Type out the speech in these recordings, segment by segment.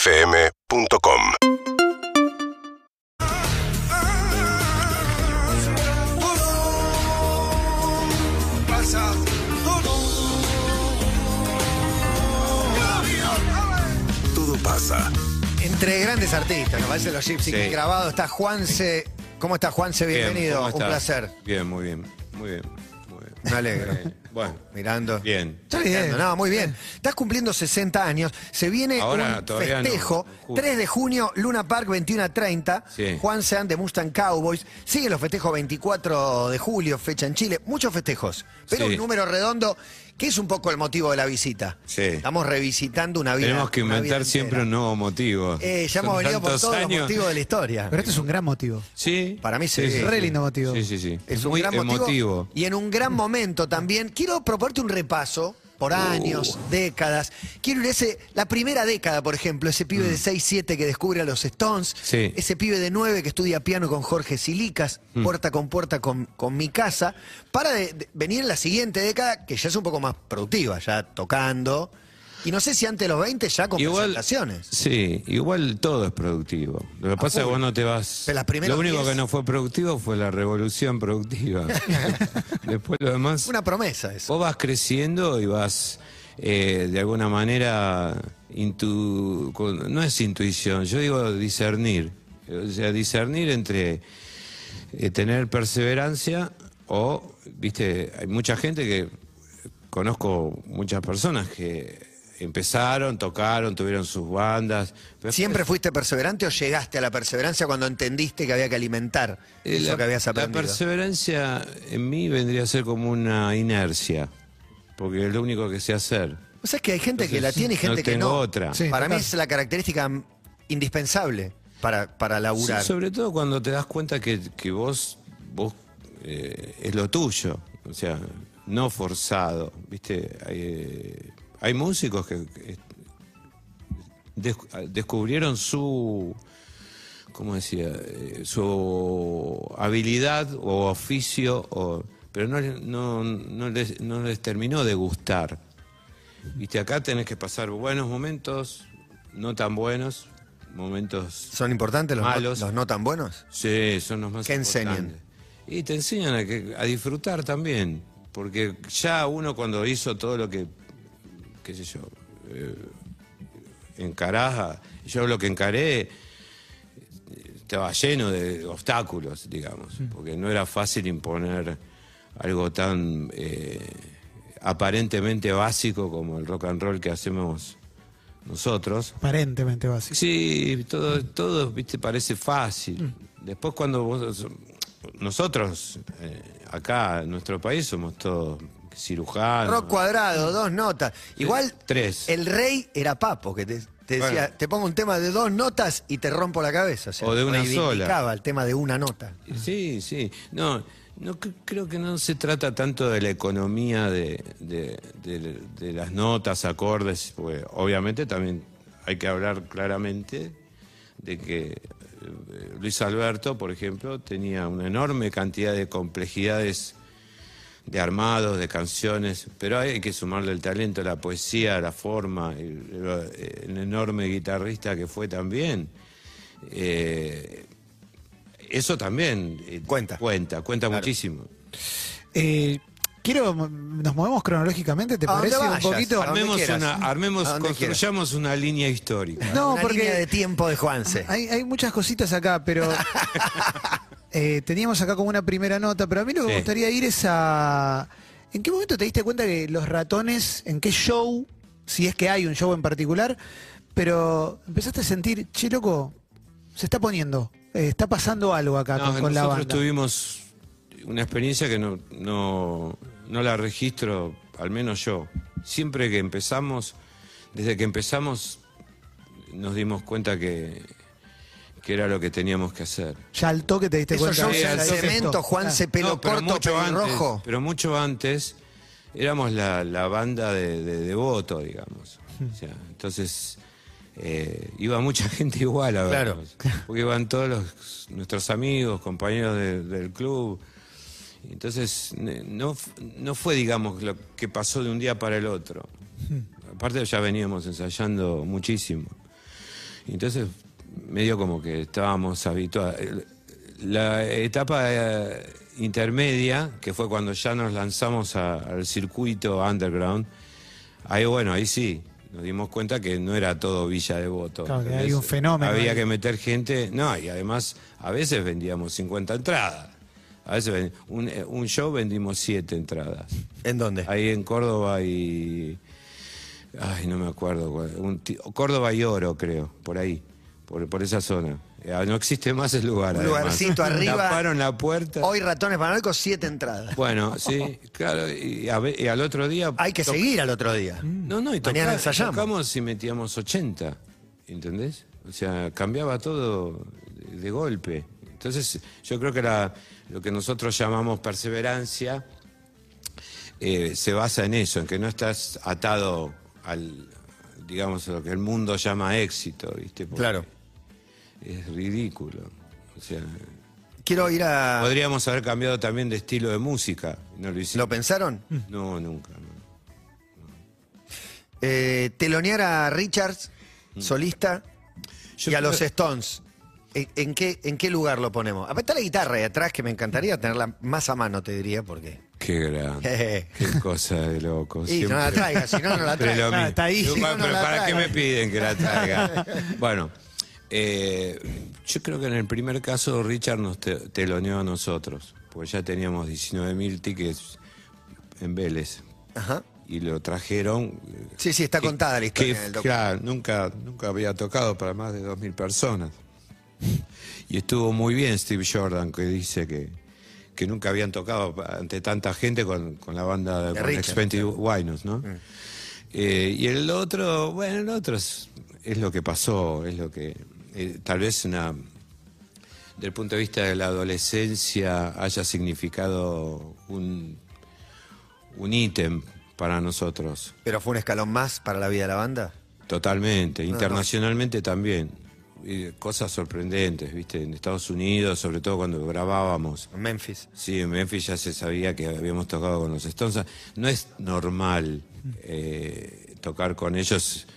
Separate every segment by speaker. Speaker 1: UrbanaPlayFM.com Todo pasa.
Speaker 2: Entre grandes artistas, nos parece los Gypsy
Speaker 3: Sí.
Speaker 2: King grabado. Está Juanse. ¿Cómo está Juanse?
Speaker 3: Bien,
Speaker 2: Bienvenido.
Speaker 3: ¿cómo
Speaker 2: Un
Speaker 3: estás?
Speaker 2: placer.
Speaker 3: Bien, muy bien, muy bien, muy bien.
Speaker 2: Me alegro.
Speaker 3: Eh, bueno,
Speaker 2: Mirando.
Speaker 3: Bien.
Speaker 2: Está bien, no, muy bien. Estás cumpliendo 60 años. Se viene
Speaker 3: Ahora
Speaker 2: un
Speaker 3: todavía no,
Speaker 2: festejo.
Speaker 3: en junio.
Speaker 2: 3 de junio, Luna Park 21 a 30.
Speaker 3: Sí.
Speaker 2: Juan Sean de Mustang Cowboys. Siguen los festejos 24 de julio, fecha en Chile. Muchos festejos. Pero
Speaker 3: Sí.
Speaker 2: un número redondo que es un poco el motivo de la visita.
Speaker 3: Sí.
Speaker 2: Estamos revisitando una vida.
Speaker 3: tenemos que
Speaker 2: una vida
Speaker 3: inventar
Speaker 2: entera.
Speaker 3: siempre un nuevo motivo.
Speaker 2: Eh, ya hemos
Speaker 3: Son
Speaker 2: venido por
Speaker 3: tantos
Speaker 2: todos los
Speaker 3: años.
Speaker 2: motivos de la historia.
Speaker 4: Pero este es un gran motivo.
Speaker 3: Sí.
Speaker 2: Para mí sí.
Speaker 3: es
Speaker 4: Re lindo motivo.
Speaker 3: Sí, sí, sí.
Speaker 2: Es un
Speaker 3: muy
Speaker 2: gran motivo,
Speaker 3: emotivo.
Speaker 2: Y en un gran momento también. Quiero proponerte un repaso
Speaker 3: Uh.
Speaker 2: por años, décadas. Quiero ir a ese, la primera década, por ejemplo, ese pibe de 6, 7 que descubre a los Stones,
Speaker 3: Mm. Sí. Mm.
Speaker 2: ese pibe de 9 que estudia piano con Jorge Silicas, puerta con puerta con, con mi casa, para de- de- venir en la siguiente década, que ya es un poco más productiva, ya tocando. Y no sé si antes de los 20 ya con presentaciones.
Speaker 3: Sí, igual todo es productivo. Lo que pasa es que
Speaker 2: full.
Speaker 3: vos no te vas.
Speaker 2: Pero las primeras
Speaker 3: lo único
Speaker 2: diez-
Speaker 3: que no fue productivo fue la revolución productiva. Después lo demás.
Speaker 2: Una promesa eso.
Speaker 3: Vos vas creciendo y vas, eh, de alguna manera, intu- con- no es intuición, yo digo discernir. O sea, discernir entre eh, tener perseverancia o, viste, hay mucha gente que, conozco muchas personas que empezaron, tocaron, tuvieron sus bandas. pero
Speaker 2: ¿Siempre fuiste perseverante o llegaste a la perseverancia cuando entendiste que había que alimentar
Speaker 3: Eh,
Speaker 2: eso que habías aprendido?
Speaker 3: perseverancia en mí vendría a ser como una inercia, porque es lo único que sé hacer.
Speaker 2: o sea, es que hay gente que la
Speaker 3: Entonces,
Speaker 2: tiene y gente
Speaker 3: no
Speaker 2: que
Speaker 3: tengo
Speaker 2: no.
Speaker 3: otra.
Speaker 4: Sí,
Speaker 2: para mí
Speaker 4: total.
Speaker 2: es la característica m- indispensable para, para laburar.
Speaker 3: Sí, sobre todo cuando te das cuenta que, que vos, vos eh, es lo tuyo, o sea, no forzado, ¿viste? Hay, eh, hay músicos que, que, eh, des- descubrieron su, ¿cómo decía? Eh, su habilidad o oficio, o, pero no, no, no, les, no les terminó de gustar. Viste, acá tenés que pasar buenos momentos, no tan buenos, momentos
Speaker 2: ¿Son importantes los, no,
Speaker 3: Malos.
Speaker 2: los no tan buenos?
Speaker 3: Sí, son los más
Speaker 2: ¿Qué enseñan?
Speaker 3: importantes. Y te enseñan a, que- a disfrutar también, porque ya uno cuando hizo todo lo que, qué sé yo, eh, encaraja, yo lo que encaré eh, estaba lleno de obstáculos, digamos, porque no era fácil imponer algo tan eh, aparentemente básico como el rock and roll que hacemos nosotros.
Speaker 4: Aparentemente básico.
Speaker 3: Sí, todo, todo viste, parece fácil. Después cuando vos- nosotros eh, acá en nuestro país somos todos cirujanos.
Speaker 2: Rock cuadrado, dos notas. Igual
Speaker 3: Ah, Eh, Tres.
Speaker 2: el rey era Papo, que te, te
Speaker 3: Bueno.
Speaker 2: decía, te pongo un tema de dos notas y te rompo la cabeza. O, sea,
Speaker 3: O de una sola.
Speaker 2: reivindicaba el tema de una nota.
Speaker 3: Sí, sí. No, no cre- creo que no se trata tanto de la economía de, de- de- de las notas, acordes, porque obviamente también hay que hablar claramente de que eh, Luis Alberto, por ejemplo, tenía una enorme cantidad de complejidades de armados, de canciones, pero hay que sumarle el talento, la poesía, la forma, el, el- el enorme guitarrista que fue también. Eh, eso también eh,
Speaker 2: Cuenta.
Speaker 3: cuenta, cuenta muchísimo.
Speaker 4: Eh, quiero, nos movemos cronológicamente, ¿te
Speaker 2: ¿A dónde
Speaker 4: parece un
Speaker 2: vayas?
Speaker 4: poquito?
Speaker 2: ¿A dónde
Speaker 3: Armemos
Speaker 2: quieras.
Speaker 3: una, armemos,
Speaker 2: ¿A dónde quieras?
Speaker 3: construyamos una línea histórica.
Speaker 4: No,
Speaker 2: una
Speaker 4: porque-
Speaker 2: línea de tiempo de Juanse.
Speaker 4: Hay, hay muchas cositas acá, pero eh, teníamos acá como una primera nota, pero a mí lo que me
Speaker 3: Sí.
Speaker 4: gustaría ir es a... ¿En qué momento te diste cuenta que los ratones, en qué show, si es que hay un show en particular, pero empezaste a sentir, che, loco, se está poniendo, eh, está pasando algo acá
Speaker 3: No,
Speaker 4: con, con la
Speaker 3: nosotros
Speaker 4: banda?
Speaker 3: tuvimos una experiencia que no, no, no la registro, al menos yo. Siempre que empezamos, desde que empezamos, nos dimos cuenta que, que era lo que teníamos que hacer.
Speaker 4: Ya al toque te diste
Speaker 2: Esos
Speaker 4: cuenta.
Speaker 2: shows
Speaker 3: Sí,
Speaker 2: en
Speaker 3: al toque.
Speaker 2: cemento,
Speaker 4: Ah.
Speaker 2: Juanse, pelo
Speaker 3: No, pero
Speaker 2: corto,
Speaker 3: mucho
Speaker 2: pelo
Speaker 3: antes,
Speaker 2: rojo.
Speaker 3: Pero mucho antes éramos la, la banda de, de Devoto, digamos.
Speaker 2: Hmm.
Speaker 3: O sea, entonces eh, iba mucha gente igual a
Speaker 2: Claro.
Speaker 3: vernos. Porque iban todos los- nuestros amigos, compañeros de- del club. Entonces ne- no, f- no fue, digamos, lo que pasó de un día para el otro.
Speaker 2: Hmm.
Speaker 3: Aparte ya veníamos ensayando muchísimo. Y Entonces, medio como que estábamos habituados. El- La etapa eh, intermedia, que fue cuando ya nos lanzamos a- al circuito underground, ahí bueno, ahí sí, nos dimos cuenta que no era todo Villa Devoto.
Speaker 4: Claro, que
Speaker 3: ¿entendés?
Speaker 4: hay un fenómeno
Speaker 3: Había
Speaker 4: ahí.
Speaker 3: que meter gente, no, y además a veces vendíamos 50 entradas. A veces ven- un, eh, un show vendimos 7 entradas.
Speaker 2: ¿En dónde?
Speaker 3: Ahí en Córdoba y. Ay, no me acuerdo. cuál, un ti- Córdoba y Oro, creo, por ahí, por, por esa zona. Eh, No existe más el lugar.
Speaker 2: Un
Speaker 3: además.
Speaker 2: lugarcito arriba.
Speaker 3: Taparon la puerta.
Speaker 2: Hoy ratones Panarcos, siete entradas.
Speaker 3: Bueno, sí, claro. Y, a ve- y al otro día.
Speaker 2: Hay que
Speaker 3: to-
Speaker 2: seguir al otro día.
Speaker 3: No, no, y toca-
Speaker 2: Mañana ensayamos.
Speaker 3: tocamos y metíamos 80. ¿Entendés? O sea, cambiaba todo de, de golpe. Entonces, yo creo que la- lo que nosotros llamamos perseverancia. eh, se basa en eso, en que no estás atado al, digamos, a lo que el mundo llama éxito, ¿viste? Porque
Speaker 2: Claro.
Speaker 3: Es ridículo. O sea,
Speaker 2: Quiero ir a.
Speaker 3: podríamos haber cambiado también de estilo de música, no lo
Speaker 2: ¿Lo
Speaker 3: hicimos.
Speaker 2: pensaron?
Speaker 3: No, nunca. no.
Speaker 2: Eh, telonear a Richards,
Speaker 3: Mm.
Speaker 2: solista,
Speaker 3: Yo
Speaker 2: y a
Speaker 3: creo-
Speaker 2: los Stones. ¿En, en qué, ¿En qué lugar lo ponemos? Aparte está la guitarra ahí atrás, que me encantaría tenerla más a mano, te diría, porque.
Speaker 3: Qué grande.
Speaker 2: Jeje.
Speaker 3: Qué cosa de loco.
Speaker 2: Y no
Speaker 3: siempre-
Speaker 2: la traiga, si no, no la
Speaker 3: Pero
Speaker 2: traiga.
Speaker 3: lo mismo.
Speaker 4: está ahí.
Speaker 3: Yo,
Speaker 2: Si no, no
Speaker 3: pero
Speaker 2: la
Speaker 3: ¿Para qué
Speaker 2: traiga.
Speaker 3: me piden que la traiga? bueno, eh, yo creo que en el primer caso Richard nos te- teloneó a nosotros, porque ya teníamos 19.000 tickets en Vélez.
Speaker 2: Ajá.
Speaker 3: Y lo trajeron. eh,
Speaker 2: Sí, sí, está
Speaker 3: que-
Speaker 2: contada la historia
Speaker 3: que-
Speaker 2: en el docu.
Speaker 3: claro, nunca, nunca había tocado para más de 2.000 personas. Y estuvo muy bien Steve Jordan, que dice que, que nunca habían tocado ante tanta gente con, con la banda
Speaker 2: De
Speaker 3: de
Speaker 2: Richard, Mm.
Speaker 3: Expensive Winos, ¿no? Eh, y el otro, bueno, el otro es, es lo que pasó, es lo que. eh, tal vez una. Del punto de vista de la adolescencia haya significado un, un ítem para nosotros.
Speaker 2: Pero fue un escalón más para la vida de la banda.
Speaker 3: Totalmente, internacionalmente también. Y cosas sorprendentes, ¿viste? En Estados Unidos, sobre todo cuando grabábamos.
Speaker 2: Memphis.
Speaker 3: Sí, en Memphis ya se sabía que habíamos tocado con los Stones. No es normal eh, tocar con ellos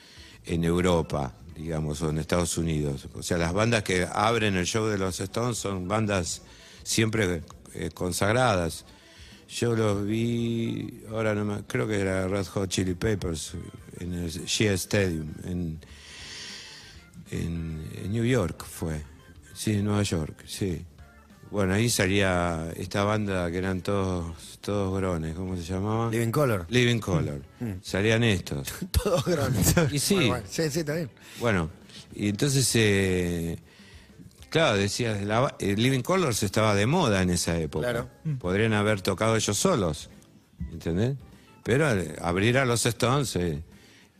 Speaker 3: en Europa, digamos, o en Estados Unidos. O sea, las bandas que abren el show de los Stones son bandas siempre eh, consagradas. Yo los vi, ahora no me, creo que era Red Hot Chili Peppers en el Shea Stadium en, en, en New York fue. Sí, en Nueva York, sí. Bueno, ahí salía esta banda que eran todos todos grones, ¿cómo se llamaba?
Speaker 2: Living Color.
Speaker 3: Living Color. Salían estos.
Speaker 2: Todos grones.
Speaker 3: Y sí.
Speaker 2: Bueno, bueno, sí, sí, está bien.
Speaker 3: Bueno, y entonces, eh, claro, decías, la ba- eh, Living Colors estaba de moda en esa época.
Speaker 2: Claro.
Speaker 3: Podrían haber tocado ellos solos, ¿entendés? Pero al abrir a los Stones, eh,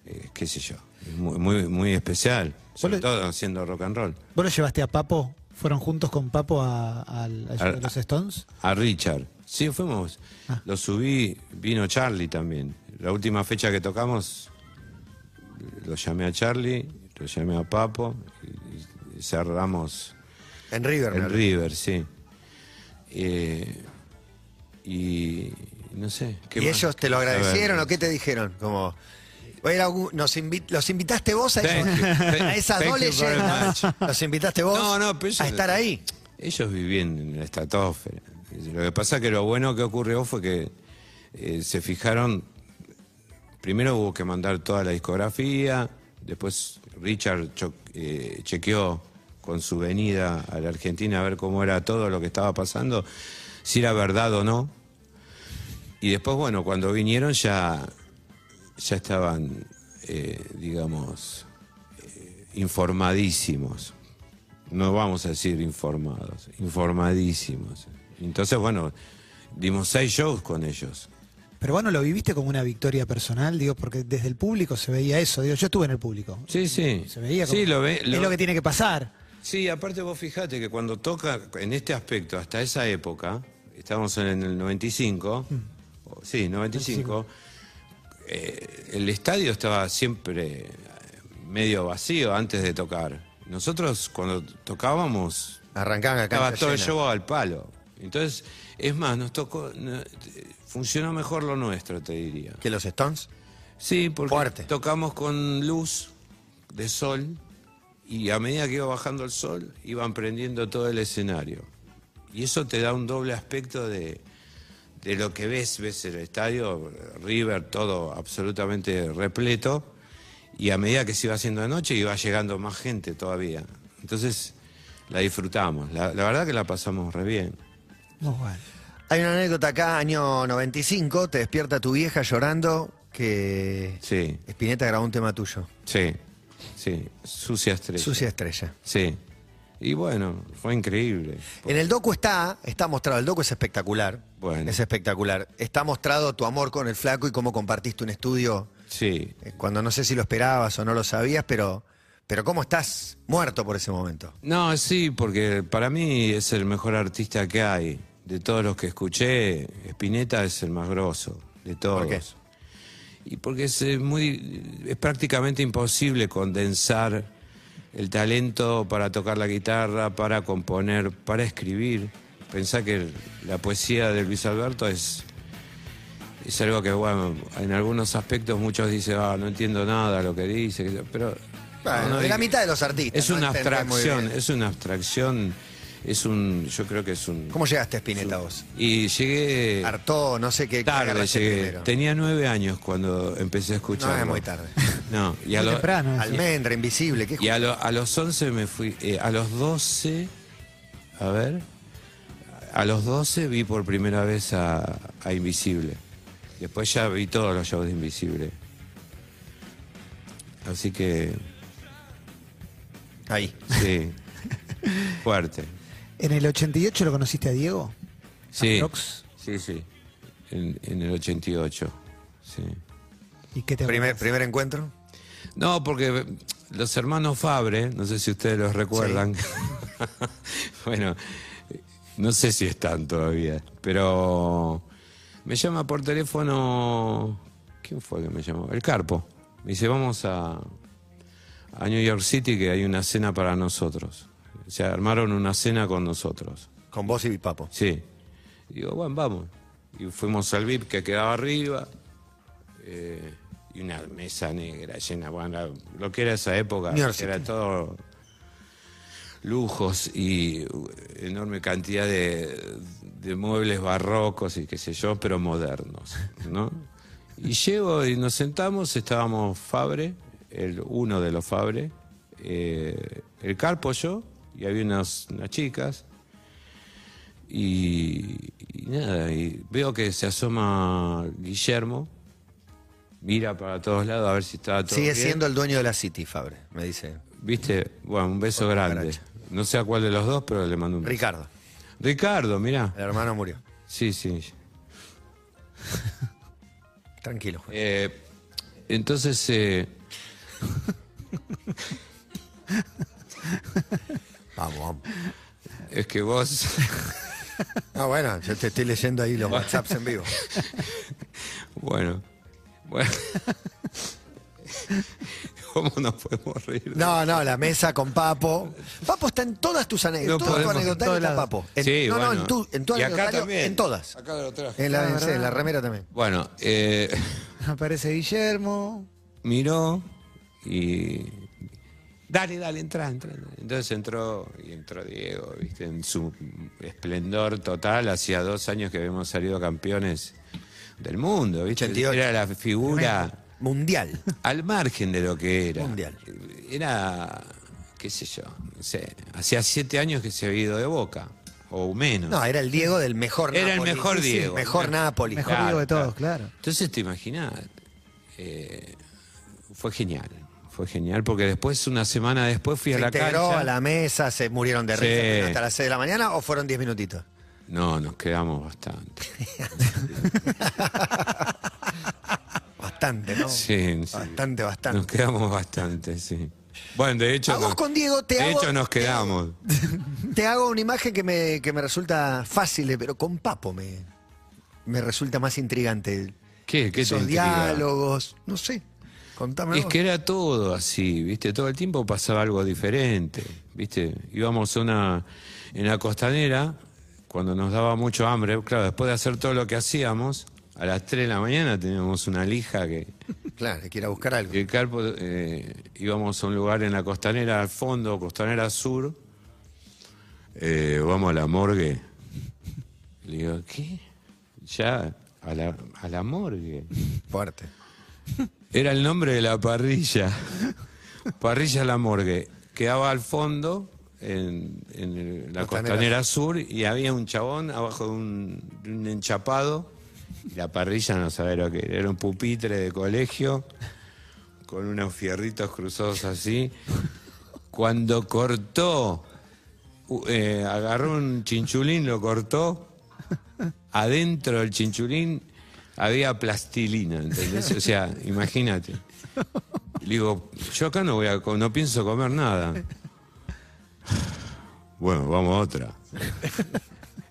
Speaker 3: eh, qué sé yo, es muy, muy, muy especial, sobre
Speaker 4: le-
Speaker 3: todo haciendo rock and roll.
Speaker 4: ¿Vos lo llevaste a Papo? ¿Fueron juntos con Papo a, al- al show de
Speaker 3: Ah.
Speaker 4: los Stones?
Speaker 3: A Richard. Sí, fuimos. Lo subí, vino Charlie también. La última fecha que tocamos, lo llamé a Charlie, lo llamé a Papo, y- y cerramos
Speaker 2: En River. me
Speaker 3: En
Speaker 2: habló.
Speaker 3: River, sí. Eh, y no sé. ¿qué
Speaker 2: ¿Y
Speaker 3: más?
Speaker 2: ellos te lo agradecieron
Speaker 3: A
Speaker 2: o
Speaker 3: ver.
Speaker 2: qué te dijeron? Como. "Era un- nos invi- los invitaste vos a,
Speaker 3: Thank you.
Speaker 2: a esas
Speaker 3: Thank
Speaker 2: dos
Speaker 3: you very
Speaker 2: leyendas.
Speaker 3: much.
Speaker 2: Los invitaste vos
Speaker 3: No, no, pero ellos-
Speaker 2: a estar ahí.
Speaker 3: Ellos vivían en la estratosfera. Lo que pasa que lo bueno que ocurrió fue que eh, se fijaron. Primero hubo que mandar toda la discografía, después Richard cho- eh, chequeó con su venida a la Argentina a ver cómo era todo lo que estaba pasando, si era verdad o no. Y después, bueno, cuando vinieron ya, ya estaban, eh, digamos, eh, informadísimos. No vamos a decir informados, informadísimos. Entonces, bueno, dimos seis shows con ellos.
Speaker 4: Pero bueno, lo viviste como una victoria personal, digo, porque desde el público se veía eso. Digo, yo estuve en el público.
Speaker 3: Sí, sí.
Speaker 4: Se veía como,
Speaker 3: sí, lo ve-
Speaker 4: es
Speaker 3: lo-
Speaker 4: lo que tiene que pasar.
Speaker 3: Sí, aparte vos fijate que cuando toca en este aspecto, hasta esa época, estamos en el 95, o- sí, 95, eh, el estadio estaba siempre eh, medio vacío antes de tocar. Nosotros cuando tocábamos
Speaker 2: Arrancaban acá.
Speaker 3: estaba todo el show al palo. Entonces, es más, nos tocó, no, eh, funcionó mejor lo nuestro, te diría.
Speaker 2: ¿Que los Stones?
Speaker 3: Sí, porque
Speaker 2: Fuerte.
Speaker 3: tocamos con luz de sol y a medida que iba bajando el sol iban prendiendo todo el escenario. Y eso te da un doble aspecto de, de lo que ves, ves el estadio, River, todo absolutamente repleto, y a medida que se iba haciendo de noche iba llegando más gente todavía. Entonces la disfrutamos, la, la verdad que la pasamos re bien.
Speaker 4: Muy bueno.
Speaker 2: Hay una anécdota acá, año 95, te despierta tu vieja llorando que
Speaker 3: Sí,
Speaker 2: Espineta grabó un tema tuyo,
Speaker 3: sí, sí, sucia estrella.
Speaker 2: Sucia Estrella.
Speaker 3: Sí. Y bueno, fue increíble.
Speaker 2: En el docu está, está mostrado, el docu es espectacular.
Speaker 3: Bueno.
Speaker 2: Es espectacular. Está mostrado tu amor con el flaco y cómo compartiste un estudio
Speaker 3: Sí,
Speaker 2: eh, cuando no sé si lo esperabas o no lo sabías, pero, pero cómo estás muerto por ese momento.
Speaker 3: No, sí, porque para mí es el mejor artista que hay. De todos los que escuché, Spinetta es el más grosso de todos.
Speaker 2: ¿Por qué?
Speaker 3: Y porque es eh, muy es prácticamente imposible condensar el talento para tocar la guitarra, para componer, para escribir. Pensá que el- la poesía de Luis Alberto es es algo que bueno, en algunos aspectos muchos dicen, "Ah, no entiendo nada lo que dice", pero
Speaker 2: Bueno,
Speaker 3: no,
Speaker 2: de la
Speaker 3: y-
Speaker 2: mitad de los artistas.
Speaker 3: es
Speaker 2: no
Speaker 3: una
Speaker 2: entendés muy bien.
Speaker 3: abstracción, es una abstracción, es un, yo creo que es un...
Speaker 2: ¿Cómo llegaste a Espineta vos?
Speaker 3: Y llegué
Speaker 2: Hartó, no sé qué. qué
Speaker 3: tarde,
Speaker 2: agarraste
Speaker 3: llegué.
Speaker 2: primero.
Speaker 3: Tenía nueve años cuando empecé a escuchar.
Speaker 2: No, es muy tarde.
Speaker 3: No, y a,
Speaker 4: Muy
Speaker 3: lo-
Speaker 2: Ah,
Speaker 4: temprano. eso.
Speaker 2: Almendra, invisible, qué
Speaker 3: y a, lo- a los once me fui, eh, a los doce, a ver, a los doce vi por primera vez a, a Invisible. Después ya vi todos los shows de Invisible. Así que,
Speaker 2: Ahí.
Speaker 3: sí, fuerte.
Speaker 4: ¿En el 88 lo conociste a Diego?
Speaker 3: Sí.
Speaker 4: Aprox.
Speaker 3: Sí, sí. En, en el 88. Sí.
Speaker 4: ¿Y qué te
Speaker 2: Primer, primer encuentro.
Speaker 3: No, porque eh, los hermanos Fabre, no sé si ustedes los recuerdan. bueno, eh, no sé si están todavía, pero me llama por teléfono. ¿Quién fue que me llamó? El Carpo. Me dice, vamos a, a New York City que hay una cena para nosotros. Se armaron una cena con nosotros.
Speaker 2: Con vos y Papo.
Speaker 3: Sí. Y digo, bueno, vamos. Y fuimos al VIP que quedaba arriba. eh, y una mesa negra llena. Bueno, la- lo que era esa época,
Speaker 2: New York
Speaker 3: era
Speaker 2: City.
Speaker 3: todo lujos y uh, enorme cantidad de, de muebles barrocos y qué sé yo, pero modernos, ¿no? Y llego y nos sentamos, estábamos Fabre, el uno de los Fabre, eh, el Carpo yo, y había unas- unas chicas, y, y nada, y veo que se asoma Guillermo, mira para todos lados a ver si está todo
Speaker 2: Sigue
Speaker 3: bien.
Speaker 2: siendo el dueño de la City, Fabre, me dice.
Speaker 3: Viste, bueno, un beso
Speaker 2: Otra
Speaker 3: grande.
Speaker 2: caracha.
Speaker 3: No sé a cuál de los dos, pero le mando un beso.
Speaker 2: Ricardo,
Speaker 3: Ricardo, mirá.
Speaker 2: el hermano murió.
Speaker 3: Sí, sí.
Speaker 2: Tranquilo, Juan.
Speaker 3: Eh, entonces, eh,
Speaker 2: Vamos, vamos.
Speaker 3: es que vos...
Speaker 2: Ah, bueno, yo te estoy leyendo ahí los WhatsApps en vivo.
Speaker 3: Bueno, bueno. ¿Cómo nos podemos reír?
Speaker 2: No, no, la mesa con Papo. Papo está en todas tus
Speaker 3: No
Speaker 2: anécdotas. todo tu
Speaker 3: podemos, en
Speaker 2: anecdotario
Speaker 4: todos
Speaker 2: está
Speaker 4: lados.
Speaker 2: Papo. En-
Speaker 3: Sí,
Speaker 2: no, no,
Speaker 3: bueno.
Speaker 2: en tu, en tu
Speaker 3: Y acá
Speaker 2: anecdotario,
Speaker 3: también.
Speaker 2: En todas.
Speaker 3: Acá lo traje.
Speaker 2: En la,
Speaker 4: Ah,
Speaker 2: sí, en la remera también.
Speaker 3: Bueno, eh...
Speaker 4: Aparece Guillermo.
Speaker 3: miró y dale, dale, entra, entra. entra. Entonces entró y entró Diego, viste, en su esplendor total. Hacía dos años que habíamos salido campeones del mundo, viste.
Speaker 2: 88.
Speaker 3: Era la figura
Speaker 2: Mundial.
Speaker 3: al margen de lo que era.
Speaker 2: Mundial.
Speaker 3: Era, qué sé yo, no sé, hacía siete años que se había ido de Boca, o menos.
Speaker 2: No, era el Diego del mejor
Speaker 3: Era el
Speaker 2: Napoli.
Speaker 3: mejor
Speaker 2: Sí, sí,
Speaker 3: Diego.
Speaker 2: Mejor
Speaker 3: Claro.
Speaker 2: Napoli.
Speaker 4: Mejor
Speaker 3: Claro,
Speaker 4: Diego de todos, claro.
Speaker 3: Entonces te imaginas, eh, fue genial, fue genial porque después, una semana después fui
Speaker 2: Se
Speaker 3: a la
Speaker 2: integró
Speaker 3: cancha.
Speaker 2: a la mesa, se murieron de
Speaker 3: Sí.
Speaker 2: risa pero hasta las 6 de la mañana o fueron 10 minutitos.
Speaker 3: No, nos quedamos bastante.
Speaker 2: Bastante, ¿no?
Speaker 3: Sí, sí.
Speaker 2: Bastante,
Speaker 3: Nos
Speaker 2: bastante.
Speaker 3: quedamos bastante, sí. Bueno, de hecho.
Speaker 2: Ah, A vos
Speaker 3: nos-
Speaker 2: con Diego te
Speaker 3: De
Speaker 2: hago-
Speaker 3: hecho, nos quedamos.
Speaker 2: Te hago una imagen que me, que me resulta fácil, pero con Papo me, me resulta más intrigante.
Speaker 3: ¿Qué? ¿Qué te
Speaker 2: Esos
Speaker 3: intriga?
Speaker 2: diálogos, no sé. Contame
Speaker 3: Es
Speaker 2: vos.
Speaker 3: que era todo así, ¿viste? Todo el tiempo pasaba algo diferente, ¿viste? Íbamos a una, en la costanera, cuando nos daba mucho hambre, claro, después de hacer todo lo que hacíamos, a las 3 de la mañana teníamos una lija que,
Speaker 2: Claro, que ir a buscar algo.
Speaker 3: que el carpo eh, íbamos a un lugar en la costanera al fondo, costanera sur, eh, vamos a la morgue. Le digo, ¿qué? Ya, a la, a la morgue.
Speaker 2: Fuerte.
Speaker 3: Era el nombre de la parrilla. Parrilla La Morgue. Quedaba al fondo, en, en el- la
Speaker 2: Costanera.
Speaker 3: costanera sur, y había un chabón abajo de un, de un enchapado. Y la parrilla no sabía lo que era. Era un pupitre de colegio, con unos fierritos cruzados así. Cuando cortó, u- eh, agarró un chinchulín, lo cortó. Adentro del chinchulín había plastilina, ¿entendés? O sea, imagínate. Le digo, yo acá no voy a, co- no pienso comer nada. Bueno, vamos a otra.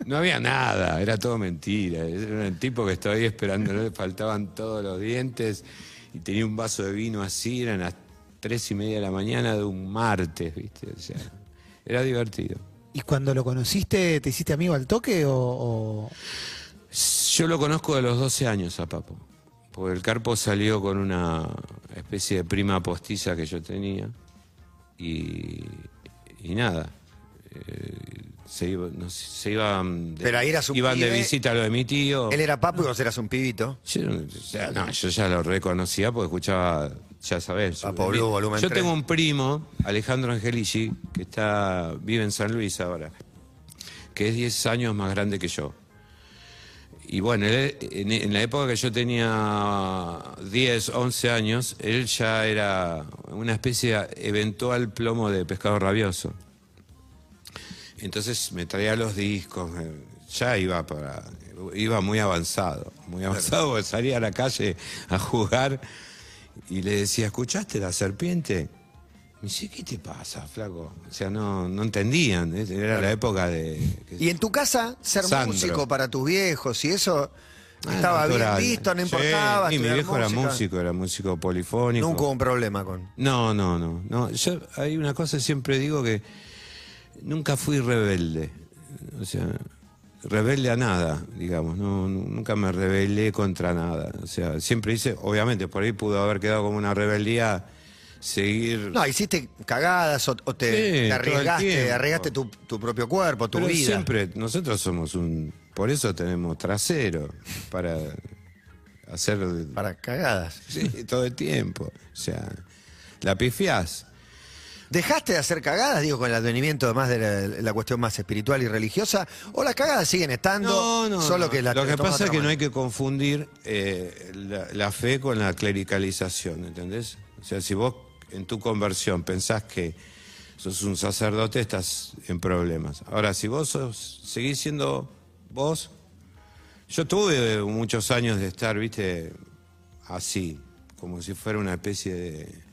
Speaker 3: No había nada, era todo mentira. Era el tipo que estaba ahí esperando, le faltaban todos los dientes y tenía un vaso de vino así, eran las tres y media de la mañana de un martes, ¿viste? O sea, era divertido.
Speaker 4: ¿Y cuando lo conociste, te hiciste amigo al toque o...? o-
Speaker 3: Yo lo conozco de los 12 años a Papo. Porque el Carpo salió con una especie de prima postiza que yo tenía. Y, y nada. eh, se iba, no sé, se iban de,
Speaker 2: Pero ahí eras un
Speaker 3: iban de
Speaker 2: pibe.
Speaker 3: visita a lo de mi tío.
Speaker 2: Él era papo y vos eras un pibito.
Speaker 3: Yo, no- ya, no, yo ya lo reconocía porque escuchaba, ya sabés.
Speaker 2: Papo Blue, Ah, volumen
Speaker 3: yo
Speaker 2: tres.
Speaker 3: tengo un primo, Alejandro Angelici, que está, vive en San Luis ahora, que es 10 años más grande que yo. Y bueno, él, en, en la época que yo tenía 10, 11 años, él ya era una especie de eventual plomo de pescado rabioso. Entonces me traía los discos, eh, ya iba para, iba muy avanzado, muy avanzado, porque salía a la calle a jugar y le decía, ¿escuchaste la serpiente? Me dice, ¿qué te pasa, flaco? O sea, no, no entendían, ¿eh? era la época de... que-
Speaker 2: Y en tu casa, ser
Speaker 3: Sandro.
Speaker 2: músico para tus viejos y eso
Speaker 3: Ah,
Speaker 2: estaba bien
Speaker 3: natural.
Speaker 2: visto, no
Speaker 3: Sí,
Speaker 2: importaba.
Speaker 3: Y mi
Speaker 2: estudiar
Speaker 3: viejo era
Speaker 2: música.
Speaker 3: músico, era músico polifónico.
Speaker 2: Nunca hubo un problema con.
Speaker 3: No, no, no, no. Yo hay una cosa que siempre digo que nunca fui rebelde. O sea, rebelde a nada, digamos. No, nu- nunca me rebelé contra nada. O sea, siempre hice, obviamente, por ahí pudo haber quedado como una rebeldía seguir.
Speaker 2: No, hiciste cagadas o, o te,
Speaker 3: Sí,
Speaker 2: te
Speaker 3: todo el
Speaker 2: arriesgaste,
Speaker 3: tiempo.
Speaker 2: arriesgaste tu, tu propio cuerpo, tu
Speaker 3: Pero
Speaker 2: vida.
Speaker 3: siempre, nosotros somos un. Por eso tenemos trasero, para hacer.
Speaker 2: Para cagadas.
Speaker 3: Sí, todo el tiempo. O sea, la pifiás.
Speaker 2: ¿Dejaste de hacer cagadas, digo, con el advenimiento además de la, la cuestión más espiritual y religiosa? ¿O las cagadas siguen estando? Solo que las
Speaker 3: Lo que
Speaker 2: toma
Speaker 3: pasa es
Speaker 2: otra
Speaker 3: que no hay
Speaker 2: mano?
Speaker 3: que confundir eh, la, la fe con la clericalización, ¿entendés? O sea, si vos en tu conversión pensás que sos un sacerdote, estás en problemas. Ahora, si vos sos- seguís siendo vos, yo tuve muchos años de estar, viste, así, como si fuera una especie de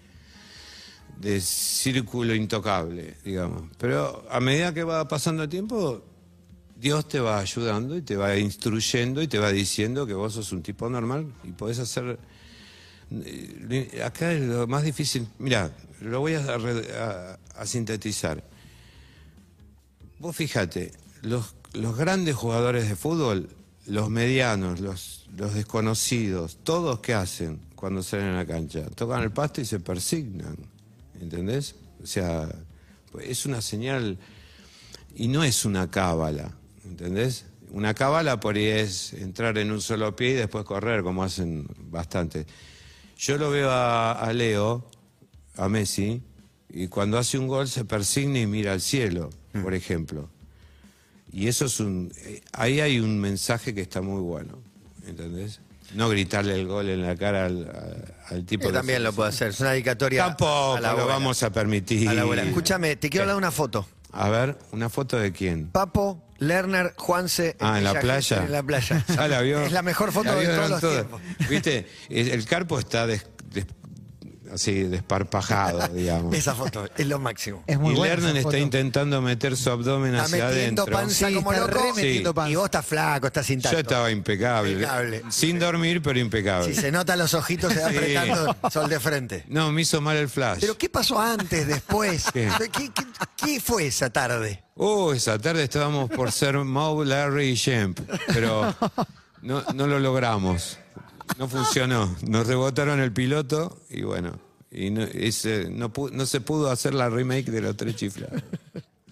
Speaker 3: de círculo intocable, digamos. Pero a medida que va pasando el tiempo, Dios te va ayudando y te va instruyendo y te va diciendo que vos sos un tipo normal y podés hacer... eh, Acá es lo más difícil, mira, lo voy a, re- a- a sintetizar. Vos fíjate, los, los grandes jugadores de fútbol, los medianos, los, los desconocidos, todos que hacen cuando salen a la cancha, tocan el pasto y se persignan, ¿entendés? O sea, es una señal y no es una cábala, ¿entendés? Una cábala por ahí es entrar en un solo pie y después correr, como hacen bastantes. Yo lo veo a, a Leo, a Messi, y cuando hace un gol se persigna y mira al cielo, por ejemplo. Y eso es un. eh, Ahí hay un mensaje que está muy bueno, ¿entendés? No gritarle el gol en la cara al, a- al tipo.
Speaker 2: Yo
Speaker 3: que
Speaker 2: también
Speaker 3: se-
Speaker 2: lo puedo hacer, es una dedicatoria.
Speaker 3: Tampoco
Speaker 2: a la
Speaker 3: lo
Speaker 2: abuela.
Speaker 3: vamos a permitir.
Speaker 2: A la abuela. Escúchame, te quiero hablar de una foto.
Speaker 3: A ver, ¿una foto de quién?
Speaker 2: Papo, Lerner, Juanse.
Speaker 3: Ah, en la
Speaker 2: Villa
Speaker 3: playa.
Speaker 2: Gesell, En la playa.
Speaker 3: Ah, la vio.
Speaker 2: Es la mejor foto
Speaker 3: La
Speaker 2: de todos
Speaker 3: vieron
Speaker 2: los
Speaker 3: todas.
Speaker 2: tiempos.
Speaker 3: Viste, el el carpo está des- des- así desparpajado, digamos.
Speaker 2: Esa foto es lo máximo.
Speaker 4: Es muy
Speaker 3: y
Speaker 4: buena esa
Speaker 3: Lerner está
Speaker 4: foto.
Speaker 3: intentando meter su abdomen
Speaker 2: Está
Speaker 3: hacia
Speaker 2: metiendo
Speaker 3: adentro.
Speaker 2: panza
Speaker 4: Sí,
Speaker 2: como
Speaker 4: está
Speaker 2: loco.
Speaker 4: re metiendo panza.
Speaker 2: Y vos estás flaco, estás sin tacto.
Speaker 3: Yo estaba impecable.
Speaker 2: Impecable.
Speaker 3: Sin dormir, pero impecable.
Speaker 2: Si se notan los ojitos, se va
Speaker 3: Sí.
Speaker 2: apretando sol de frente.
Speaker 3: No, me hizo mal el flash.
Speaker 2: Pero ¿qué pasó antes, después?
Speaker 3: ¿Qué?
Speaker 2: ¿Qué, qué- qué fue esa tarde?
Speaker 3: Oh, esa tarde estábamos por ser Moe, Larry y Shemp. Pero No, no lo logramos. No funcionó. Nos rebotaron el piloto y bueno. Y no, ese- no, pu- no se pudo hacer la remake de los tres chiflados.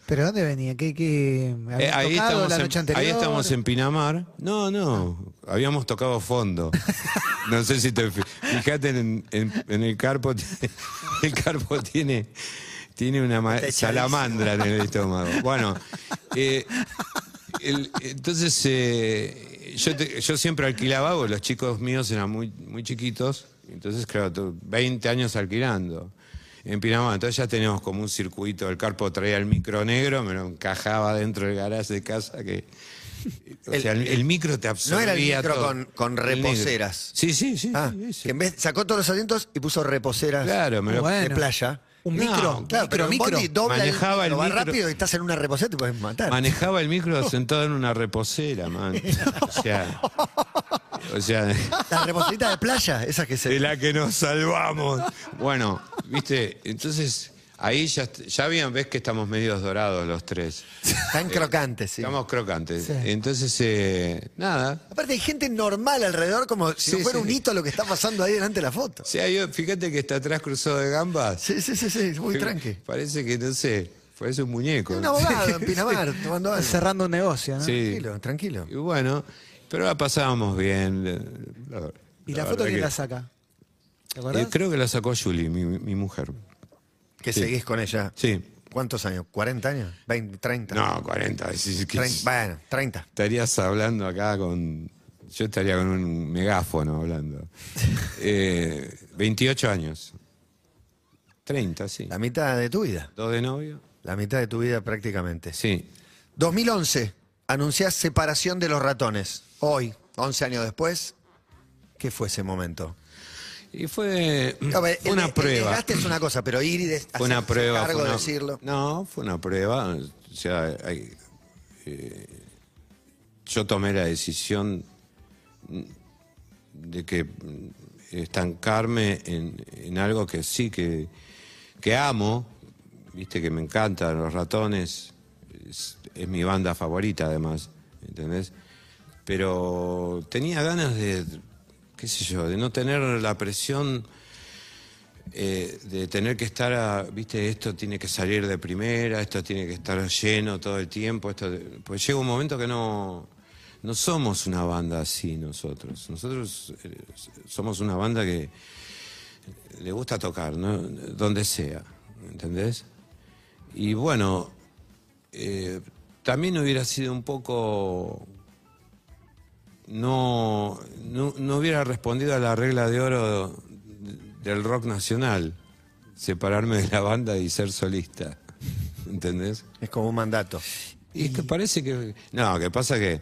Speaker 4: ¿Pero dónde venía? ¿Qué, qué
Speaker 3: Eh,
Speaker 4: habían
Speaker 3: ahí,
Speaker 4: tocado
Speaker 3: estamos
Speaker 4: la
Speaker 3: en,
Speaker 4: noche
Speaker 3: ahí
Speaker 4: anterior?
Speaker 3: estamos en Pinamar. No, no. Habíamos tocado fondo. No sé si te fi- fijate en, en- en el carpo. tiene- El carpo tiene, tiene una ma-
Speaker 2: Está
Speaker 3: salamandra en el estómago. Bueno, eh, el- entonces eh, yo, te- yo siempre alquilaba, porque los chicos míos eran muy, muy chiquitos. Entonces, claro, tu- 20 años alquilando. En Pinamar, entonces ya teníamos como un circuito. El carpo traía el micro negro, me lo encajaba dentro del garage de casa que o sea, el, el micro te absorbía.
Speaker 2: No era el micro
Speaker 3: todo.
Speaker 2: con- con
Speaker 3: El negro.
Speaker 2: reposeras.
Speaker 3: Sí, sí, sí.
Speaker 2: Ah,
Speaker 3: sí, ese.
Speaker 2: que en vez sacó todos los asientos y puso reposeras
Speaker 3: Claro, me lo-
Speaker 2: de
Speaker 4: Bueno.
Speaker 2: playa.
Speaker 4: Un
Speaker 3: No,
Speaker 4: micro,
Speaker 2: Claro, pero
Speaker 4: micro,
Speaker 2: en
Speaker 4: micro.
Speaker 2: bondi dobla
Speaker 3: Manejaba
Speaker 2: el micro,
Speaker 3: el
Speaker 2: va
Speaker 3: micro.
Speaker 2: rápido y estás en una reposera te puedes matar.
Speaker 3: manejaba el micro sentado en una reposera, man. O sea, o sea,
Speaker 2: La reposerita de playa, esas que
Speaker 3: de
Speaker 2: se...
Speaker 3: la que nos salvamos. Bueno, viste, entonces ahí ya, est- ya habían, ves que estamos medios dorados los tres.
Speaker 2: Tan crocantes, sí.
Speaker 3: Estamos crocantes.
Speaker 4: Sí.
Speaker 3: Entonces, eh, nada,
Speaker 2: Aparte hay gente normal alrededor como si no
Speaker 3: Sí,
Speaker 2: fuera
Speaker 3: sí.
Speaker 2: un hito lo que está pasando ahí delante de la foto.
Speaker 3: Sí, hay o- fíjate que está atrás cruzado de gambas.
Speaker 2: Sí, sí, sí, sí, muy tranqui.
Speaker 3: Parece que, no sé, parece un muñeco.
Speaker 2: Un abogado en Pinamar tomando algo.
Speaker 4: Cerrando un negocio, ¿no?
Speaker 3: Sí.
Speaker 2: Tranquilo, tranquilo.
Speaker 3: Y bueno, pero la pasábamos bien. la-
Speaker 4: ¿Y la,
Speaker 3: verdad
Speaker 4: foto quién
Speaker 3: que-
Speaker 4: la saca?
Speaker 3: Eh,
Speaker 4: ¿Te acordás?
Speaker 3: creo que la sacó Julie, mi, mi mujer.
Speaker 2: Que seguís con ella.
Speaker 3: Sí.
Speaker 2: ¿Cuántos años? ¿40 años? ¿20? ¿30?
Speaker 3: No, 40. es- es que
Speaker 2: Trein- bueno, 30.
Speaker 3: estarías hablando acá con... Yo estaría con un megáfono hablando. Eh, 28 años. 30, sí.
Speaker 2: La mitad de tu vida.
Speaker 3: ¿Dos de novio?
Speaker 2: La mitad de tu vida prácticamente.
Speaker 3: Sí.
Speaker 2: 2011, anunciás separación de los ratones. Hoy, 11 años después, ¿qué fue ese momento?
Speaker 3: Y fue
Speaker 2: A ver, el-
Speaker 3: Mm. una
Speaker 2: el
Speaker 3: prueba.
Speaker 2: desgaste es una cosa, pero ir y des-
Speaker 3: Fue una
Speaker 2: hacerse
Speaker 3: prueba.
Speaker 2: cargo
Speaker 3: fue
Speaker 2: de
Speaker 3: una-
Speaker 2: decirlo.
Speaker 3: No, fue una prueba. O sea, hay- eh, yo tomé la decisión de que mm, estancarme en, en algo que sí, que, que amo, viste que me encantan los ratones, es, es mi banda favorita además, ¿entendés? Pero tenía ganas de, qué sé yo, de no tener la presión eh, de tener que estar, a- viste, esto tiene que salir de primera, esto tiene que estar lleno todo el tiempo, esto, pues llega un momento que no, no somos una banda así nosotros, nosotros eh, somos una banda que le gusta tocar, ¿no? donde sea, ¿entendés? Y bueno, eh, también hubiera sido un poco no, no, no hubiera respondido a la regla de oro del rock nacional, separarme de la banda y ser solista. ¿Entendés?
Speaker 2: Es como un mandato.
Speaker 3: Y es que parece que... No, que pasa que,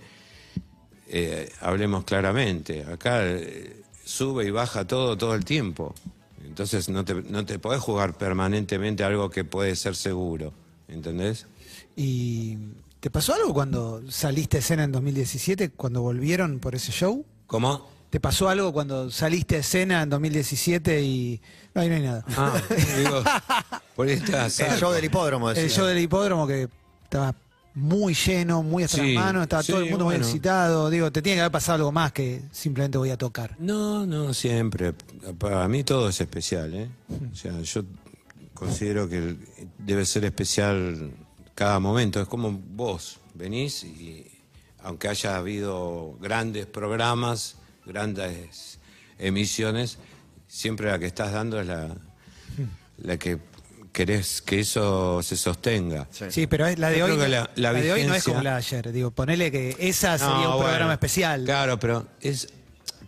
Speaker 3: eh, hablemos claramente, acá eh, sube y baja todo todo el tiempo. Entonces no te, no te podés jugar permanentemente a algo que puede ser seguro. ¿Entendés?
Speaker 4: ¿Y te pasó algo cuando saliste a escena en 2017, cuando volvieron por ese show?
Speaker 3: ¿Cómo?
Speaker 4: ¿Te pasó algo cuando saliste a escena en 2017 y... No, ahí no hay nada.
Speaker 3: Ah, digo, por esta...
Speaker 2: El show del hipódromo, decía.
Speaker 4: El show del hipódromo que estaba muy lleno, muy hasta
Speaker 3: Sí,
Speaker 4: las manos, estaba todo
Speaker 3: sí,
Speaker 4: el mundo muy
Speaker 3: bueno.
Speaker 4: excitado. Digo, te tiene que haber pasado algo más que simplemente voy a tocar.
Speaker 3: No, no, siempre. Para mí todo es especial, ¿eh? O sea, yo considero que debe ser especial cada momento. Es como vos venís y aunque haya habido grandes programas, grandes emisiones, siempre la que estás dando es la, la que querés que eso se sostenga.
Speaker 2: Sí.
Speaker 4: Sí, pero es- la de
Speaker 3: Eh, Yo
Speaker 4: hoy
Speaker 3: creo
Speaker 4: no-
Speaker 3: que
Speaker 4: la,
Speaker 3: la- la
Speaker 4: de hoy no es
Speaker 3: vigencia-
Speaker 4: como la de ayer. Digo, ponele que esa
Speaker 3: No,
Speaker 4: sería un
Speaker 3: bueno,
Speaker 4: programa especial.
Speaker 3: Claro, pero es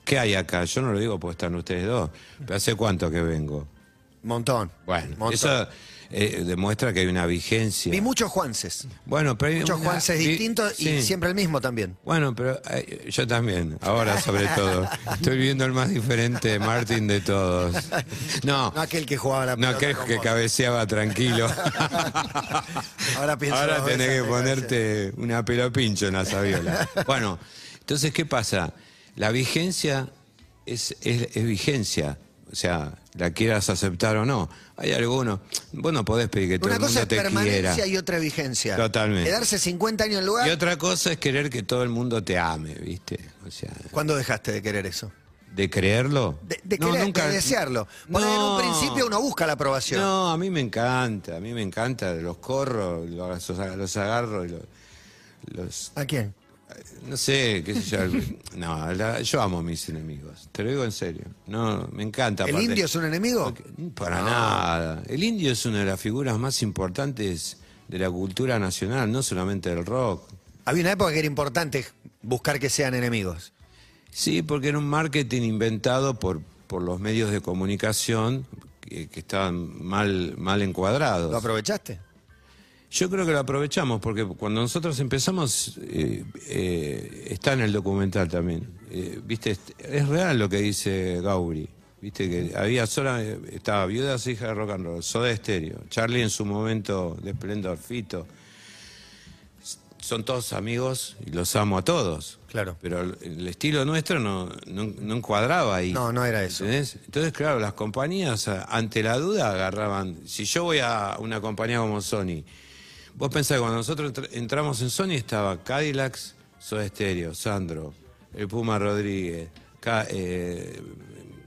Speaker 3: ¿qué hay acá? Yo no lo digo porque están ustedes dos. Pero ¿hace cuánto que vengo?
Speaker 2: Montón.
Speaker 3: Bueno,
Speaker 2: Montón.
Speaker 3: eso eh, demuestra que hay una vigencia.
Speaker 2: Vi muchos Juanses.
Speaker 3: bueno, pero hay
Speaker 2: Muchos
Speaker 3: una-
Speaker 2: Juanses
Speaker 3: vi-
Speaker 2: distintos y
Speaker 3: sí.
Speaker 2: siempre el mismo también.
Speaker 3: Bueno, pero eh, yo también, ahora sobre todo. Estoy viendo el más diferente Martín de todos. No,
Speaker 2: No aquel que jugaba la
Speaker 3: no
Speaker 2: pelota
Speaker 3: crees
Speaker 2: con
Speaker 3: que
Speaker 2: vos.
Speaker 3: cabeceaba tranquilo.
Speaker 2: Ahora pienso
Speaker 3: Ahora
Speaker 2: dos
Speaker 3: tenés
Speaker 2: veces
Speaker 3: que
Speaker 2: antes de
Speaker 3: ponerte una pelo pincho en la sabiola. bueno, entonces, ¿qué pasa? La vigencia es, es- es vigencia. O sea, la quieras aceptar o no. Hay algunos, vos no podés pedir que todo
Speaker 2: Una
Speaker 3: el
Speaker 2: cosa
Speaker 3: mundo
Speaker 2: es
Speaker 3: te
Speaker 2: permanencia
Speaker 3: quiera.
Speaker 2: y otra vigencia.
Speaker 3: Totalmente.
Speaker 2: Quedarse 50 años en el
Speaker 3: Y
Speaker 2: lugar.
Speaker 3: otra cosa es querer que todo el mundo te ame, ¿viste? O sea,
Speaker 2: ¿Cuándo dejaste de querer eso?
Speaker 3: ¿de creerlo?
Speaker 2: De, de
Speaker 3: No,
Speaker 2: querer, de
Speaker 3: nunca-
Speaker 2: desearlo. Porque en un
Speaker 3: No.
Speaker 2: principio uno busca la aprobación.
Speaker 3: No, a mí me encanta, a mí me encanta, los corro, los, los agarro, y los, los-
Speaker 2: ¿A quién?
Speaker 3: no sé, qué sé yo. No, la- yo amo a mis enemigos, te lo digo en serio. No, me encanta.
Speaker 2: ¿El
Speaker 3: aparte.
Speaker 2: indio es un enemigo?
Speaker 3: Mm, Para nada. El indio es una de las figuras más importantes de la cultura nacional, no solamente del rock.
Speaker 2: Había una época que era importante buscar que sean enemigos.
Speaker 3: Sí, porque era un marketing inventado por, por los medios de comunicación que, que estaban mal, mal encuadrados.
Speaker 2: ¿Lo aprovechaste?
Speaker 3: Yo creo que lo aprovechamos porque cuando nosotros empezamos, eh, eh, está en el documental también, eh, viste, es- es real lo que dice Gauri, viste que había sola, eh, estaba viudas, hija de rock and roll, Soda Estéreo, Charlie en su momento de esplendor, Fito, S- son todos amigos y los amo a todos.
Speaker 2: Claro.
Speaker 3: Pero el- el estilo nuestro no, no, no encuadraba ahí.
Speaker 2: No, no era eso.
Speaker 3: ¿Entendés? Entonces, claro, las compañías a- ante la duda agarraban. Si yo voy a una compañía como Sony, vos pensás que cuando nosotros entr- entramos en Sony estaba Cadillacs, Soda Stereo, Sandro, el Puma Rodríguez, Ca- eh,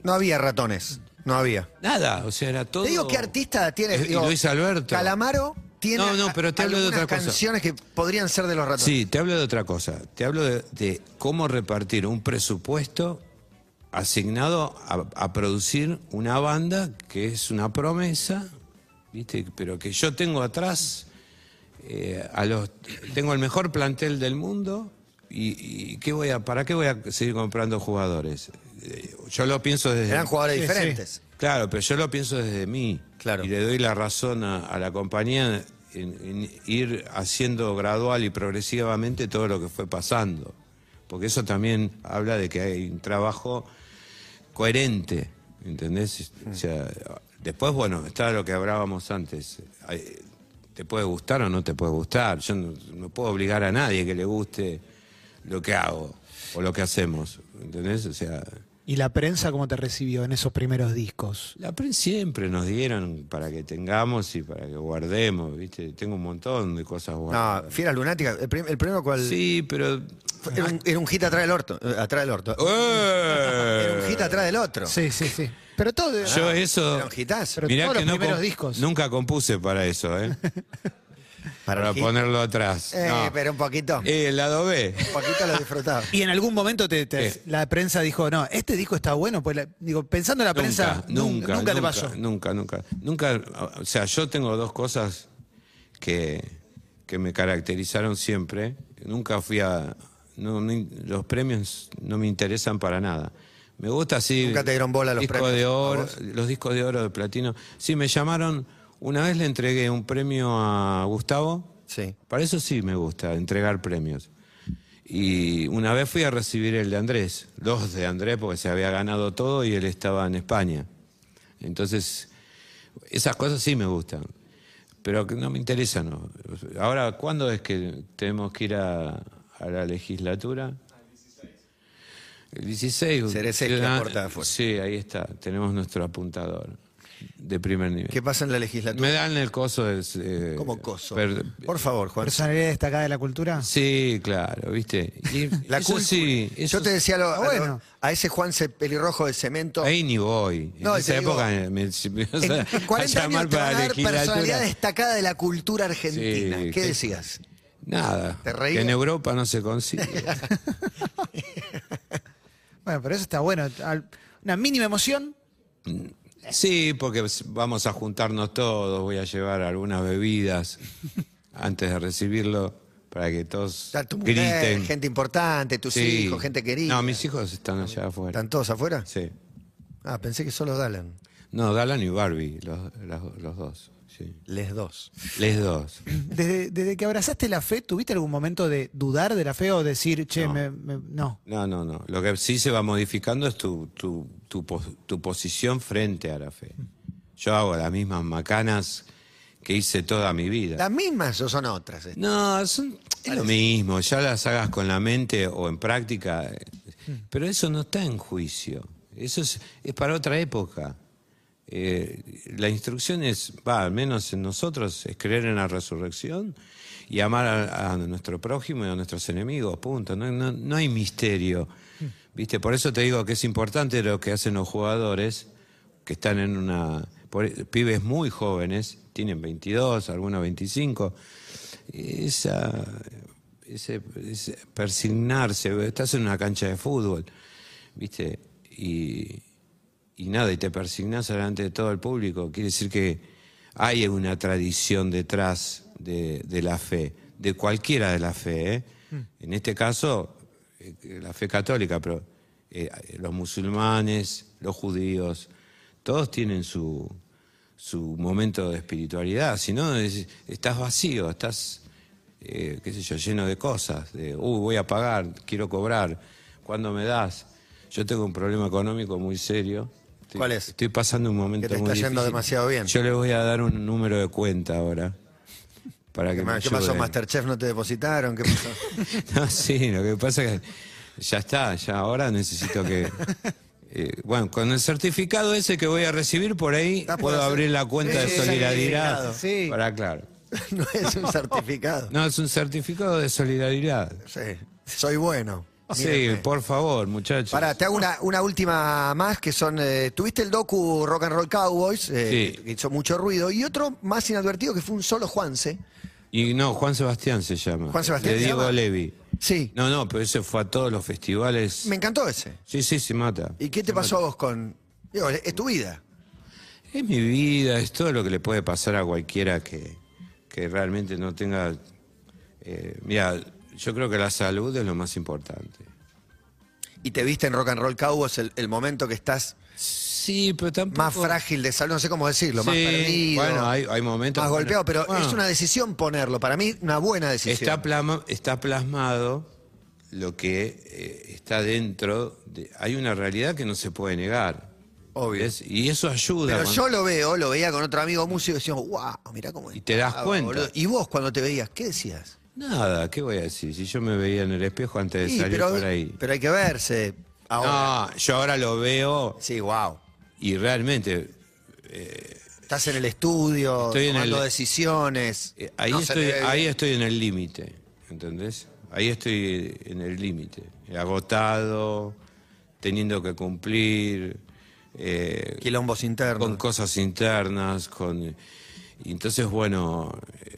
Speaker 2: No había ratones. No había.
Speaker 3: nada, o sea, era todo.
Speaker 2: Te digo qué artista tiene.
Speaker 3: Eh, y
Speaker 2: digo,
Speaker 3: Luis Alberto.
Speaker 2: Calamaro tiene
Speaker 3: No, no, pero te
Speaker 2: a-
Speaker 3: hablo de
Speaker 2: algunas
Speaker 3: otra cosa.
Speaker 2: canciones que podrían ser de los ratones.
Speaker 3: Sí, te hablo de otra cosa. Te hablo de, de cómo repartir un presupuesto asignado a, a producir una banda que es una promesa, ¿viste? Pero que yo tengo atrás eh, a los tengo el mejor plantel del mundo y, y ¿qué voy a para qué voy a seguir comprando jugadores. Eh, Yo lo pienso desde
Speaker 2: Eran jugadores
Speaker 4: Sí, sí.
Speaker 2: diferentes.
Speaker 3: Claro, pero yo lo pienso desde mí.
Speaker 2: Claro.
Speaker 3: Y le doy la razón a, a la compañía en, en ir haciendo gradual y progresivamente todo lo que fue pasando. Porque eso también habla de que hay un trabajo coherente, ¿entendés? O sea, después, bueno, está lo que hablábamos antes. Hay- Te puede gustar o no te puede gustar. Yo no, no puedo obligar a nadie que le guste lo que hago o lo que hacemos, ¿entendés? O sea,
Speaker 4: ¿Y la prensa cómo te recibió en esos primeros discos?
Speaker 3: la prensa siempre nos dieron para que tengamos y para que guardemos, ¿viste? Tengo un montón de cosas guardadas.
Speaker 2: No, Fiera Lunática. El, prim- el primero cual.
Speaker 3: Sí, pero...
Speaker 2: fue- Era, un, era un hit atrás del orto. eh, atrás del orto. Era un hit atrás del otro.
Speaker 4: Sí, sí, sí. Pero todo.
Speaker 3: ¡Eh!
Speaker 4: Ah.
Speaker 3: Yo eso...
Speaker 2: Era un hitazo.
Speaker 4: Pero
Speaker 3: mirá
Speaker 4: todos
Speaker 3: que
Speaker 4: los
Speaker 3: no
Speaker 4: primeros
Speaker 3: com-
Speaker 4: discos.
Speaker 3: Nunca compuse para eso, ¿eh?
Speaker 2: Para
Speaker 3: para
Speaker 2: el hit.
Speaker 3: ponerlo atrás.
Speaker 2: Eh,
Speaker 3: No.
Speaker 2: pero un poquito.
Speaker 3: Eh, el lado B.
Speaker 2: Un poquito lo disfrutaba.
Speaker 4: Y en algún momento te, te-
Speaker 3: Sí.
Speaker 4: la prensa dijo, no, este disco está bueno. Pues la- digo, pensando en la prensa, nun-
Speaker 3: nunca,
Speaker 4: nunca te
Speaker 3: nunca,
Speaker 4: pasó.
Speaker 3: Nunca, nunca. Nunca, o sea, yo tengo dos cosas que, que me caracterizaron siempre. Nunca fui a. no me- los premios no me interesan para nada. Me gusta así.
Speaker 2: Nunca te dieron bola los
Speaker 3: disco
Speaker 2: premios,
Speaker 3: De
Speaker 2: ¿a
Speaker 3: oro,
Speaker 2: vos?
Speaker 3: los discos de oro, de platino. Sí, me llamaron. Una vez le entregué un premio a Gustavo.
Speaker 2: Sí.
Speaker 3: Para eso sí me gusta, entregar premios. Y una vez fui a recibir el de Andrés, dos de Andrés, porque se había ganado todo y él estaba en España. Entonces, esas cosas sí me gustan, pero que no me interesan. ¿no? Ahora, ¿cuándo es que tenemos que ir a, a la legislatura? El 16.
Speaker 2: Cerecec, la puerta de afuera.
Speaker 3: Sí, ahí está, tenemos nuestro apuntador de primer nivel.
Speaker 2: ¿Qué pasa en la legislatura?
Speaker 3: Me dan el coso del... eh,
Speaker 2: Como coso.
Speaker 3: per-
Speaker 2: Por favor, Juan.
Speaker 4: Personalidad destacada de la cultura.
Speaker 3: Sí, claro, viste. Y
Speaker 2: La
Speaker 3: eso
Speaker 2: cultura.
Speaker 3: sí, eso Ah,
Speaker 2: Yo te decía lo- a, lo-
Speaker 4: bueno.
Speaker 2: a ese Juan ce- pelirrojo de cemento.
Speaker 3: Ahí ni voy. En
Speaker 2: No, te
Speaker 3: esa
Speaker 2: digo,
Speaker 3: época eh, me, me vas
Speaker 2: En
Speaker 3: a- a
Speaker 2: 40
Speaker 3: llamar
Speaker 2: años te van
Speaker 3: para
Speaker 2: a
Speaker 3: la
Speaker 2: dar personalidad
Speaker 3: legislatura.
Speaker 2: destacada de la cultura argentina.
Speaker 3: Sí,
Speaker 2: ¿Qué
Speaker 3: qué-
Speaker 2: decías?
Speaker 3: Nada.
Speaker 2: ¿Te reías?
Speaker 3: que en Europa no se consigue.
Speaker 4: Bueno, pero eso está bueno. Al- Una mínima emoción.
Speaker 3: sí, porque vamos a juntarnos todos. Voy a llevar algunas bebidas antes de recibirlo para que todos
Speaker 2: Ya tu mujer,
Speaker 3: griten.
Speaker 2: gente importante, tus
Speaker 3: Sí.
Speaker 2: hijos, gente querida.
Speaker 3: No, mis hijos están allá afuera.
Speaker 2: ¿Están todos afuera?
Speaker 3: Sí.
Speaker 2: Ah, pensé que solo Dalan.
Speaker 3: No, Dalan y Barbie, los, las- los dos. sí.
Speaker 2: Les dos.
Speaker 3: Les dos.
Speaker 4: Desde, desde que abrazaste la fe, ¿tuviste algún momento de dudar de la fe o decir, che,
Speaker 3: No.
Speaker 4: me- me- no.
Speaker 3: No, no, no. Lo que sí se va modificando es tu, tu, tu pos- tu posición frente a la fe. Yo hago las mismas macanas que hice toda mi vida.
Speaker 2: ¿Las mismas o son otras? eh?
Speaker 3: No, son- es lo mismo. Ya las hagas con la mente o en práctica. eh, Pero eso no está en juicio. Eso es, es para otra época. eh, la instrucción es, va, al menos en nosotros, es creer en la resurrección y amar a, a nuestro prójimo y a nuestros enemigos, punto. No, no- no hay misterio. ¿Viste? Por eso te digo que es importante lo que hacen los jugadores que están en una... por- pibes muy jóvenes, tienen 22, algunos 25. Esa, ese, ese persignarse, estás en una cancha de fútbol, ¿viste? Y, y nada, y te persignas delante de todo el público. Quiere decir que hay una tradición detrás de, de la fe, de cualquiera de la fe. ¿eh? En este caso, eh, la fe católica, pero eh, los musulmanes, los judíos, todos tienen su, su momento de espiritualidad. Si no, es- estás vacío, estás, eh, qué sé yo, lleno de cosas. De, uh, voy a pagar, quiero cobrar, ¿cuándo me das? Yo tengo un problema económico muy serio. Estoy-
Speaker 2: ¿Cuál es?
Speaker 3: Estoy pasando un momento
Speaker 2: Que te
Speaker 3: muy
Speaker 2: está yendo
Speaker 3: difícil.
Speaker 2: demasiado bien.
Speaker 3: Yo le voy a dar un número de cuenta ahora. Para que
Speaker 2: ¿Qué,
Speaker 3: me
Speaker 2: más- qué pasó,
Speaker 3: ayuden.
Speaker 2: Masterchef? ¿No te depositaron? ¿Qué pasó?
Speaker 3: No, sí, lo que pasa es que ya está, ya ahora necesito que... eh, bueno, con el certificado ese que voy a recibir por ahí,
Speaker 2: Ah, puedo
Speaker 3: puedo
Speaker 2: hacer-
Speaker 3: abrir la cuenta
Speaker 2: Sí,
Speaker 3: de
Speaker 2: sí,
Speaker 3: solidaridad.
Speaker 4: sí.
Speaker 3: Para claro.
Speaker 2: no es un certificado.
Speaker 3: No, es un certificado de solidaridad.
Speaker 2: Sí. Soy bueno.
Speaker 3: Sí,
Speaker 2: Mírenme.
Speaker 3: por favor, muchachos.
Speaker 2: Pará, te hago una, una última más que son. eh, Tuviste el docu Rock and Roll Cowboys, eh,
Speaker 3: Sí.
Speaker 2: que hizo mucho ruido, y otro más inadvertido que fue un solo Juanse.
Speaker 3: Y no, Juan Sebastián se llama.
Speaker 2: Juan Sebastián
Speaker 3: De
Speaker 2: se
Speaker 3: Diego
Speaker 2: llama.
Speaker 3: Levi.
Speaker 2: Sí.
Speaker 3: No, no, pero ese fue a todos los festivales.
Speaker 2: Me encantó ese.
Speaker 3: Sí, sí, se mata.
Speaker 2: ¿Y qué te pasó a vos con.? digo, es tu vida.
Speaker 3: Es mi vida, es todo lo que le puede pasar a cualquiera que, que realmente no tenga... eh, mira, yo creo que la salud es lo más importante.
Speaker 2: Y te viste en Rock and Roll Cowboys el, el momento que estás
Speaker 3: Sí, pero tampoco...
Speaker 2: más frágil de salud, no sé cómo decirlo, más
Speaker 3: Sí,
Speaker 2: perdido.
Speaker 3: bueno, hay- hay momentos-
Speaker 2: Más golpeado, pero
Speaker 3: Bueno.
Speaker 2: es una decisión ponerlo. Para mí, una buena decisión.
Speaker 3: Está, plama- está plasmado lo que eh, está dentro. de- hay una realidad que no se puede negar.
Speaker 2: Obvio.
Speaker 3: ¿Ves? Y eso ayuda.
Speaker 2: Pero
Speaker 3: cuando-
Speaker 2: yo lo veo, lo veía con otro amigo músico y decíamos, wow, mirá cómo es.
Speaker 3: Y te das cuenta.
Speaker 2: Y vos cuando te veías, ¿qué decías?
Speaker 3: Nada, ¿qué voy a decir? Si yo me veía en el espejo antes de
Speaker 2: Sí,
Speaker 3: salir
Speaker 2: pero,
Speaker 3: por ahí.
Speaker 2: pero hay que verse. Ahora.
Speaker 3: No, yo ahora lo veo
Speaker 2: Sí, wow.
Speaker 3: y realmente
Speaker 2: Estás en el estudio,
Speaker 3: Estoy en
Speaker 2: tomando
Speaker 3: el-
Speaker 2: decisiones.
Speaker 3: Eh, ahí,
Speaker 2: No se
Speaker 3: estoy,
Speaker 2: te ve
Speaker 3: ahí
Speaker 2: bien.
Speaker 3: estoy en el límite, ¿entendés? Ahí estoy en el límite, agotado, teniendo que cumplir, eh,
Speaker 2: Quilombos internos.
Speaker 3: con cosas internas, con... eh, y Entonces, bueno, eh,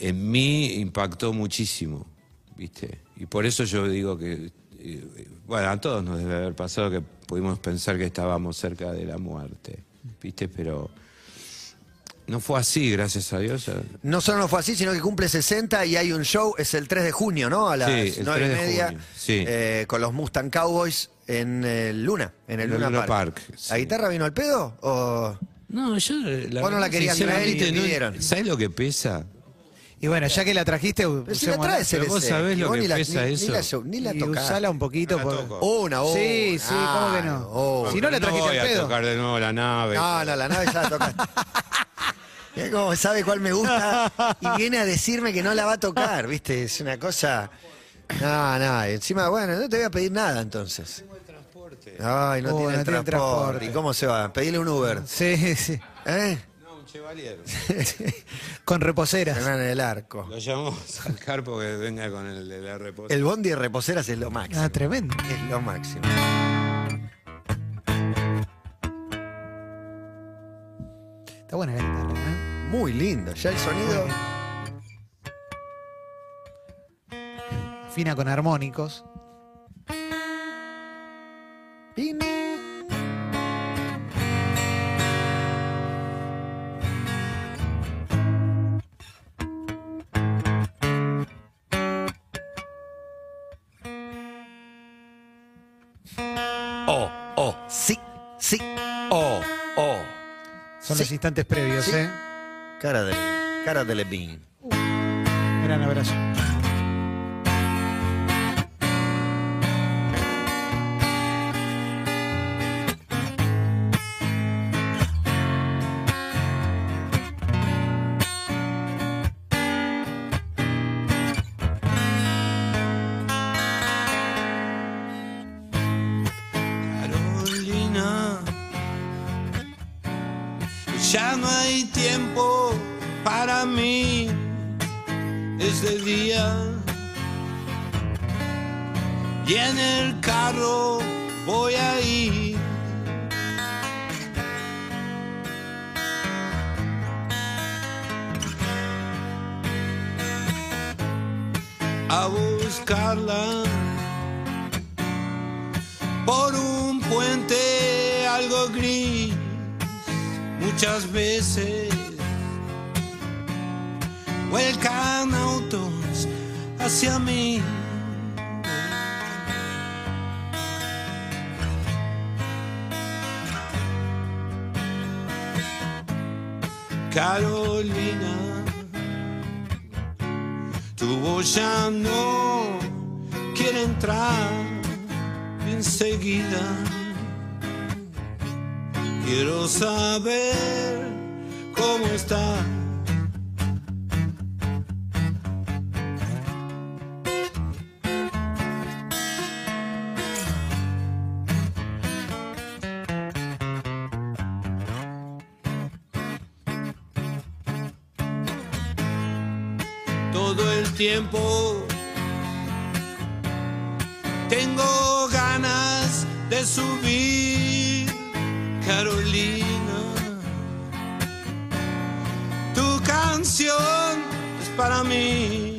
Speaker 3: en mí impactó muchísimo, ¿viste? Y por eso yo digo que, eh, bueno, a todos nos debe haber pasado que pudimos pensar que estábamos cerca de la muerte, ¿viste? Pero... No fue así, gracias a Dios.
Speaker 2: No solo no fue así, sino que cumple 60 y hay un show, es el 3 de junio, ¿no? A las
Speaker 3: Sí, el
Speaker 2: 9 y
Speaker 3: 3 de
Speaker 2: media,
Speaker 3: junio, sí.
Speaker 2: eh, con los Mustang Cowboys en el Luna, en el
Speaker 3: En el
Speaker 2: Luna,
Speaker 3: Luna
Speaker 2: Park.
Speaker 3: Park, sí.
Speaker 2: ¿La guitarra vino al pedo? ¿O
Speaker 3: No, yo eh, la,
Speaker 2: Vos no la querías traer y te pidieron.
Speaker 3: ¿Sabes lo que pesa?
Speaker 4: Y bueno, ya que la trajiste,
Speaker 2: Pero si la
Speaker 4: usémosla.
Speaker 2: traes
Speaker 3: pero
Speaker 2: el
Speaker 3: vos
Speaker 2: ese,
Speaker 3: sabés lo
Speaker 2: vos
Speaker 3: que
Speaker 2: ni la,
Speaker 3: pesa
Speaker 2: ni-
Speaker 3: eso.
Speaker 2: Ni la, show- ni la
Speaker 4: Y
Speaker 2: tocás.
Speaker 4: usala un poquito.
Speaker 3: No la
Speaker 4: por-
Speaker 3: toco.
Speaker 2: Una, una.
Speaker 4: Sí, sí, ¿cómo que no?
Speaker 2: oh.
Speaker 4: Si no la trajiste
Speaker 3: no voy
Speaker 4: al
Speaker 3: a
Speaker 4: pedo.
Speaker 3: tocar de nuevo la nave.
Speaker 2: No, no, la nave ya la tocaste. Es como sabe cuál me gusta y viene a decirme que no la va a tocar, ¿viste? Es una cosa. No, no, y encima, bueno, no te voy a pedir nada entonces. Ay, no
Speaker 4: Oh,
Speaker 2: tiene
Speaker 4: no
Speaker 2: el
Speaker 4: tiene el
Speaker 2: transporte.
Speaker 4: transporte.
Speaker 2: ¿Y cómo se va? Pedile un Uber.
Speaker 4: Sí, sí.
Speaker 2: ¿Eh?
Speaker 3: No, un chevalier.
Speaker 4: Con reposeras.
Speaker 2: Hernán en el arco.
Speaker 3: Lo llamamos al carpo que venga con el de la reposa.
Speaker 2: El bondi de reposeras es lo máximo.
Speaker 4: Ah, tremendo.
Speaker 2: Es lo máximo.
Speaker 4: Está buena la guitarra, ¿eh?
Speaker 2: Muy lindo. Ya el sonido.
Speaker 4: Fina con armónicos.
Speaker 2: Pin.
Speaker 3: Oh, oh,
Speaker 2: Sí, sí.
Speaker 3: oh, oh.
Speaker 4: Son
Speaker 2: Sí.
Speaker 4: los instantes previos,
Speaker 2: Sí.
Speaker 4: ¿eh?
Speaker 2: Cara de, cara de Levin.
Speaker 4: Gran abrazo.
Speaker 3: Carolina, Ya no hay tiempo para mí, es de día. Y en el carro voy a ir. A buscarla por un puente algo gris muchas veces vuelcan autos hacia mí. Carolina, tu voz ya no quiere entrar enseguida. Quiero saber cómo está. Todo el tiempo tengo ganas de subir, Carolina. Tu canción es para mí.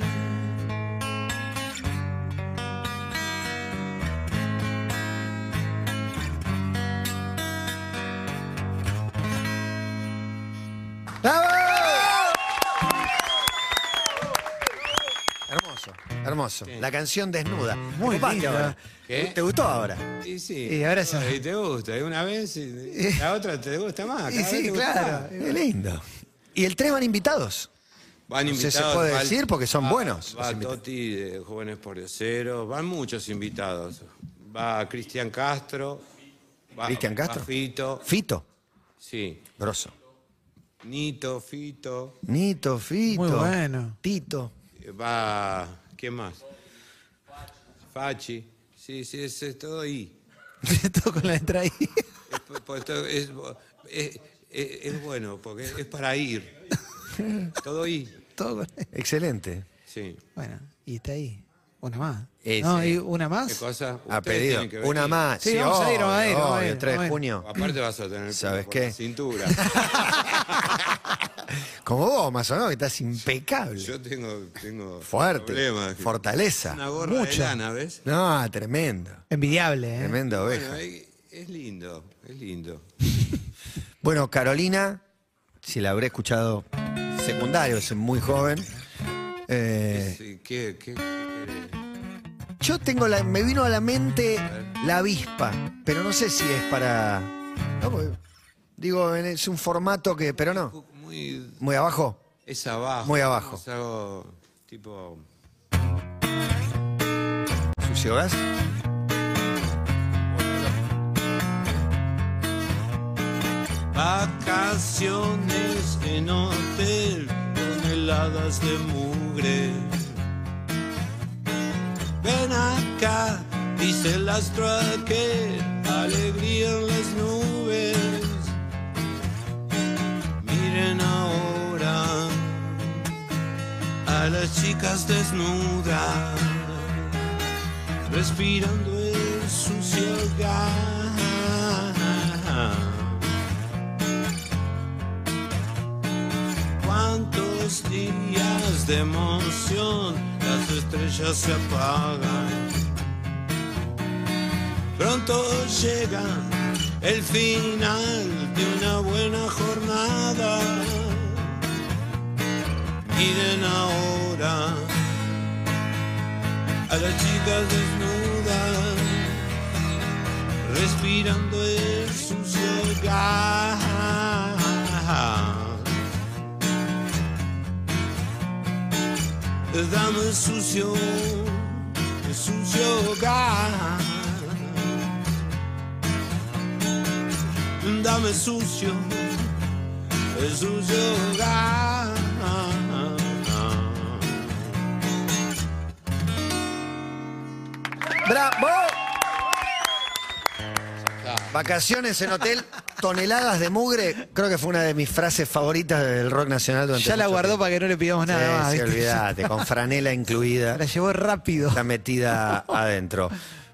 Speaker 2: Hermoso, hermoso. La canción desnuda.
Speaker 4: Muy
Speaker 2: Te copaste
Speaker 4: linda.
Speaker 2: ahora.
Speaker 3: ¿Qué?
Speaker 2: ¿Te gustó ahora?
Speaker 3: Y sí.
Speaker 4: Y ahora sí.
Speaker 3: Y te gusta, y una vez, y la otra te gusta más. cada
Speaker 4: Y
Speaker 3: vez
Speaker 4: sí,
Speaker 3: te gusta
Speaker 4: claro.
Speaker 3: más.
Speaker 2: Qué lindo. ¿Y el tres van invitados?
Speaker 3: Van
Speaker 2: No sé, se
Speaker 3: invitados.
Speaker 2: puede
Speaker 3: va-
Speaker 2: decir porque son
Speaker 3: va-
Speaker 2: buenos los
Speaker 3: Va
Speaker 2: invitados.
Speaker 3: Toti de Jóvenes Pordeceros, van muchos invitados. Va Cristian Castro. va-
Speaker 2: ¿Cristian Castro?
Speaker 3: va Fito,
Speaker 2: Fito,
Speaker 3: sí.
Speaker 2: grosso.
Speaker 3: Nito, Fito,
Speaker 2: Nito, Fito.
Speaker 4: Muy bueno.
Speaker 2: Tito.
Speaker 3: eh, va. ¿Quién más? Fachi. Sí, sí, es, es todo ahí.
Speaker 4: Todo con la letra I.
Speaker 3: Es, po- po- esto es- es- es- es bueno, porque es para ir. Todo ahí.
Speaker 4: Todo con la-
Speaker 2: Excelente.
Speaker 3: Sí.
Speaker 4: Bueno, y está ahí. Una más.
Speaker 3: Ese.
Speaker 4: No, y una
Speaker 3: ¿Qué
Speaker 4: más.
Speaker 3: cosa?
Speaker 2: A
Speaker 3: Ah, Ustedes
Speaker 2: pedido.
Speaker 3: tienen que venir.
Speaker 2: Una más.
Speaker 4: Sí, vamos a ir, vamos a ir,
Speaker 2: obvio,
Speaker 4: vamos a
Speaker 2: obvio,
Speaker 4: ir,
Speaker 2: 3 de
Speaker 4: vamos a ir.
Speaker 2: junio.
Speaker 3: Aparte vas a tener
Speaker 2: ¿Sabes
Speaker 3: por la
Speaker 2: qué?
Speaker 3: cintura.
Speaker 2: Como vos, más o menos, que estás impecable.
Speaker 3: Yo tengo, tengo
Speaker 2: Fuerte.
Speaker 3: problemas.
Speaker 2: Fortaleza.
Speaker 3: Una gorra de
Speaker 4: Mucha.
Speaker 3: lana, ¿ves?
Speaker 2: No, tremendo.
Speaker 4: Envidiable, ¿eh?
Speaker 2: Tremenda
Speaker 3: Bueno,
Speaker 2: oveja.
Speaker 3: ahí- es lindo, es lindo. eh.
Speaker 2: Bueno, Carolina, si la habré escuchado secundario, es muy joven. Eh,
Speaker 3: Sí, ¿Qué, qué, qué querés?
Speaker 2: yo tengo la, me vino a la mente la avispa, pero no sé si es para. no, porque- digo, es un formato que. Pero no.
Speaker 3: Muy,
Speaker 2: Muy abajo.
Speaker 3: es abajo.
Speaker 2: Muy abajo.
Speaker 3: Es algo tipo...
Speaker 2: Sucio gas.
Speaker 3: Vacaciones en hotel, toneladas de mugre. Ven acá, dice el astro aquel, alegría en las nubes. Miren ahora a las chicas desnudas, respirando el sucio gas. ¿Cuántos días de emoción las estrellas se apagan? Pronto llega el final de una buena jornada. Miren ahora a las chicas desnudas respirando el sucio gas. Dame sucio, sucio gas. Dame sucio, sucio gas.
Speaker 2: ¡Bravo! Vacaciones en hotel, toneladas de mugre, creo que fue una de mis frases favoritas del rock nacional durante
Speaker 4: Ya la
Speaker 2: mucho
Speaker 4: guardó
Speaker 2: tiempo.
Speaker 4: para que no le pidamos nada
Speaker 2: Sí,
Speaker 4: más.
Speaker 2: sí,
Speaker 4: ¿viste?
Speaker 2: olvídate, con franela incluida.
Speaker 4: La llevó rápido.
Speaker 2: está metida adentro.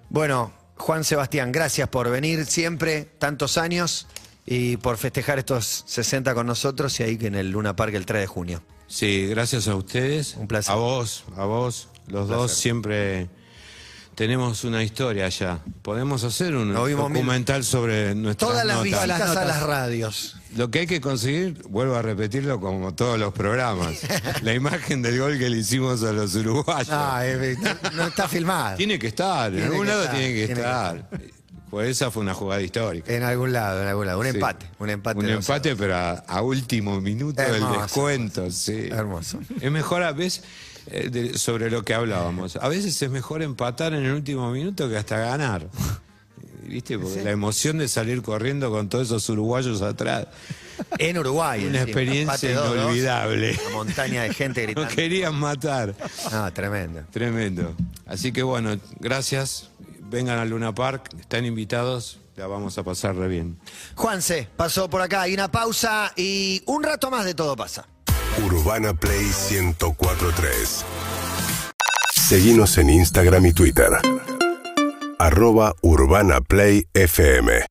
Speaker 2: Bueno, Juan Sebastián, gracias por venir siempre, tantos años, y por festejar estos 60 con nosotros y ahí que en el Luna Park el 3 de junio.
Speaker 3: Sí, gracias a ustedes.
Speaker 2: Un placer.
Speaker 3: A vos, a vos. Los dos siempre tenemos una historia ya. Podemos hacer un
Speaker 2: Nos vimos mil-
Speaker 3: documental sobre nuestras
Speaker 2: Todas las
Speaker 3: notas.
Speaker 2: visitas
Speaker 4: Las
Speaker 2: a
Speaker 4: notas.
Speaker 2: las radios.
Speaker 3: Lo que hay que conseguir, vuelvo a repetirlo como todos los programas, la imagen del gol que le hicimos a los uruguayos.
Speaker 2: Ah, eh, no está filmada.
Speaker 3: tiene que estar, en
Speaker 2: Tiene
Speaker 3: algún
Speaker 2: que
Speaker 3: lado
Speaker 2: estar,
Speaker 3: tiene que
Speaker 2: tiene que
Speaker 3: estar. Pues esa fue una jugada histórica.
Speaker 2: En algún lado, en algún lado. Un
Speaker 3: Sí.
Speaker 2: empate, un empate.
Speaker 3: Un
Speaker 2: de los-
Speaker 3: empate, pero a, a último minuto
Speaker 2: Hermoso.
Speaker 3: del descuento, sí.
Speaker 2: Hermoso.
Speaker 3: Es mejor a veces, eh, de- sobre lo que hablábamos, a veces es mejor empatar en el último minuto que hasta ganar. ¿Viste? Porque la emoción de salir corriendo con todos esos uruguayos atrás.
Speaker 2: En Uruguay.
Speaker 3: Una
Speaker 2: encima.
Speaker 3: experiencia
Speaker 2: Empate 2-2,
Speaker 3: inolvidable.
Speaker 2: Una montaña de gente gritando.
Speaker 3: Nos querían matar.
Speaker 2: Ah, tremendo.
Speaker 3: Tremendo. Así que bueno, gracias. Vengan a Luna Park, están invitados, la vamos a pasar re bien.
Speaker 2: Juanse, pasó por acá. Hay una pausa y un rato más de todo pasa.
Speaker 1: Urbana Play 1043. Seguimos en Instagram y Twitter. Arroba Urbana Play FM.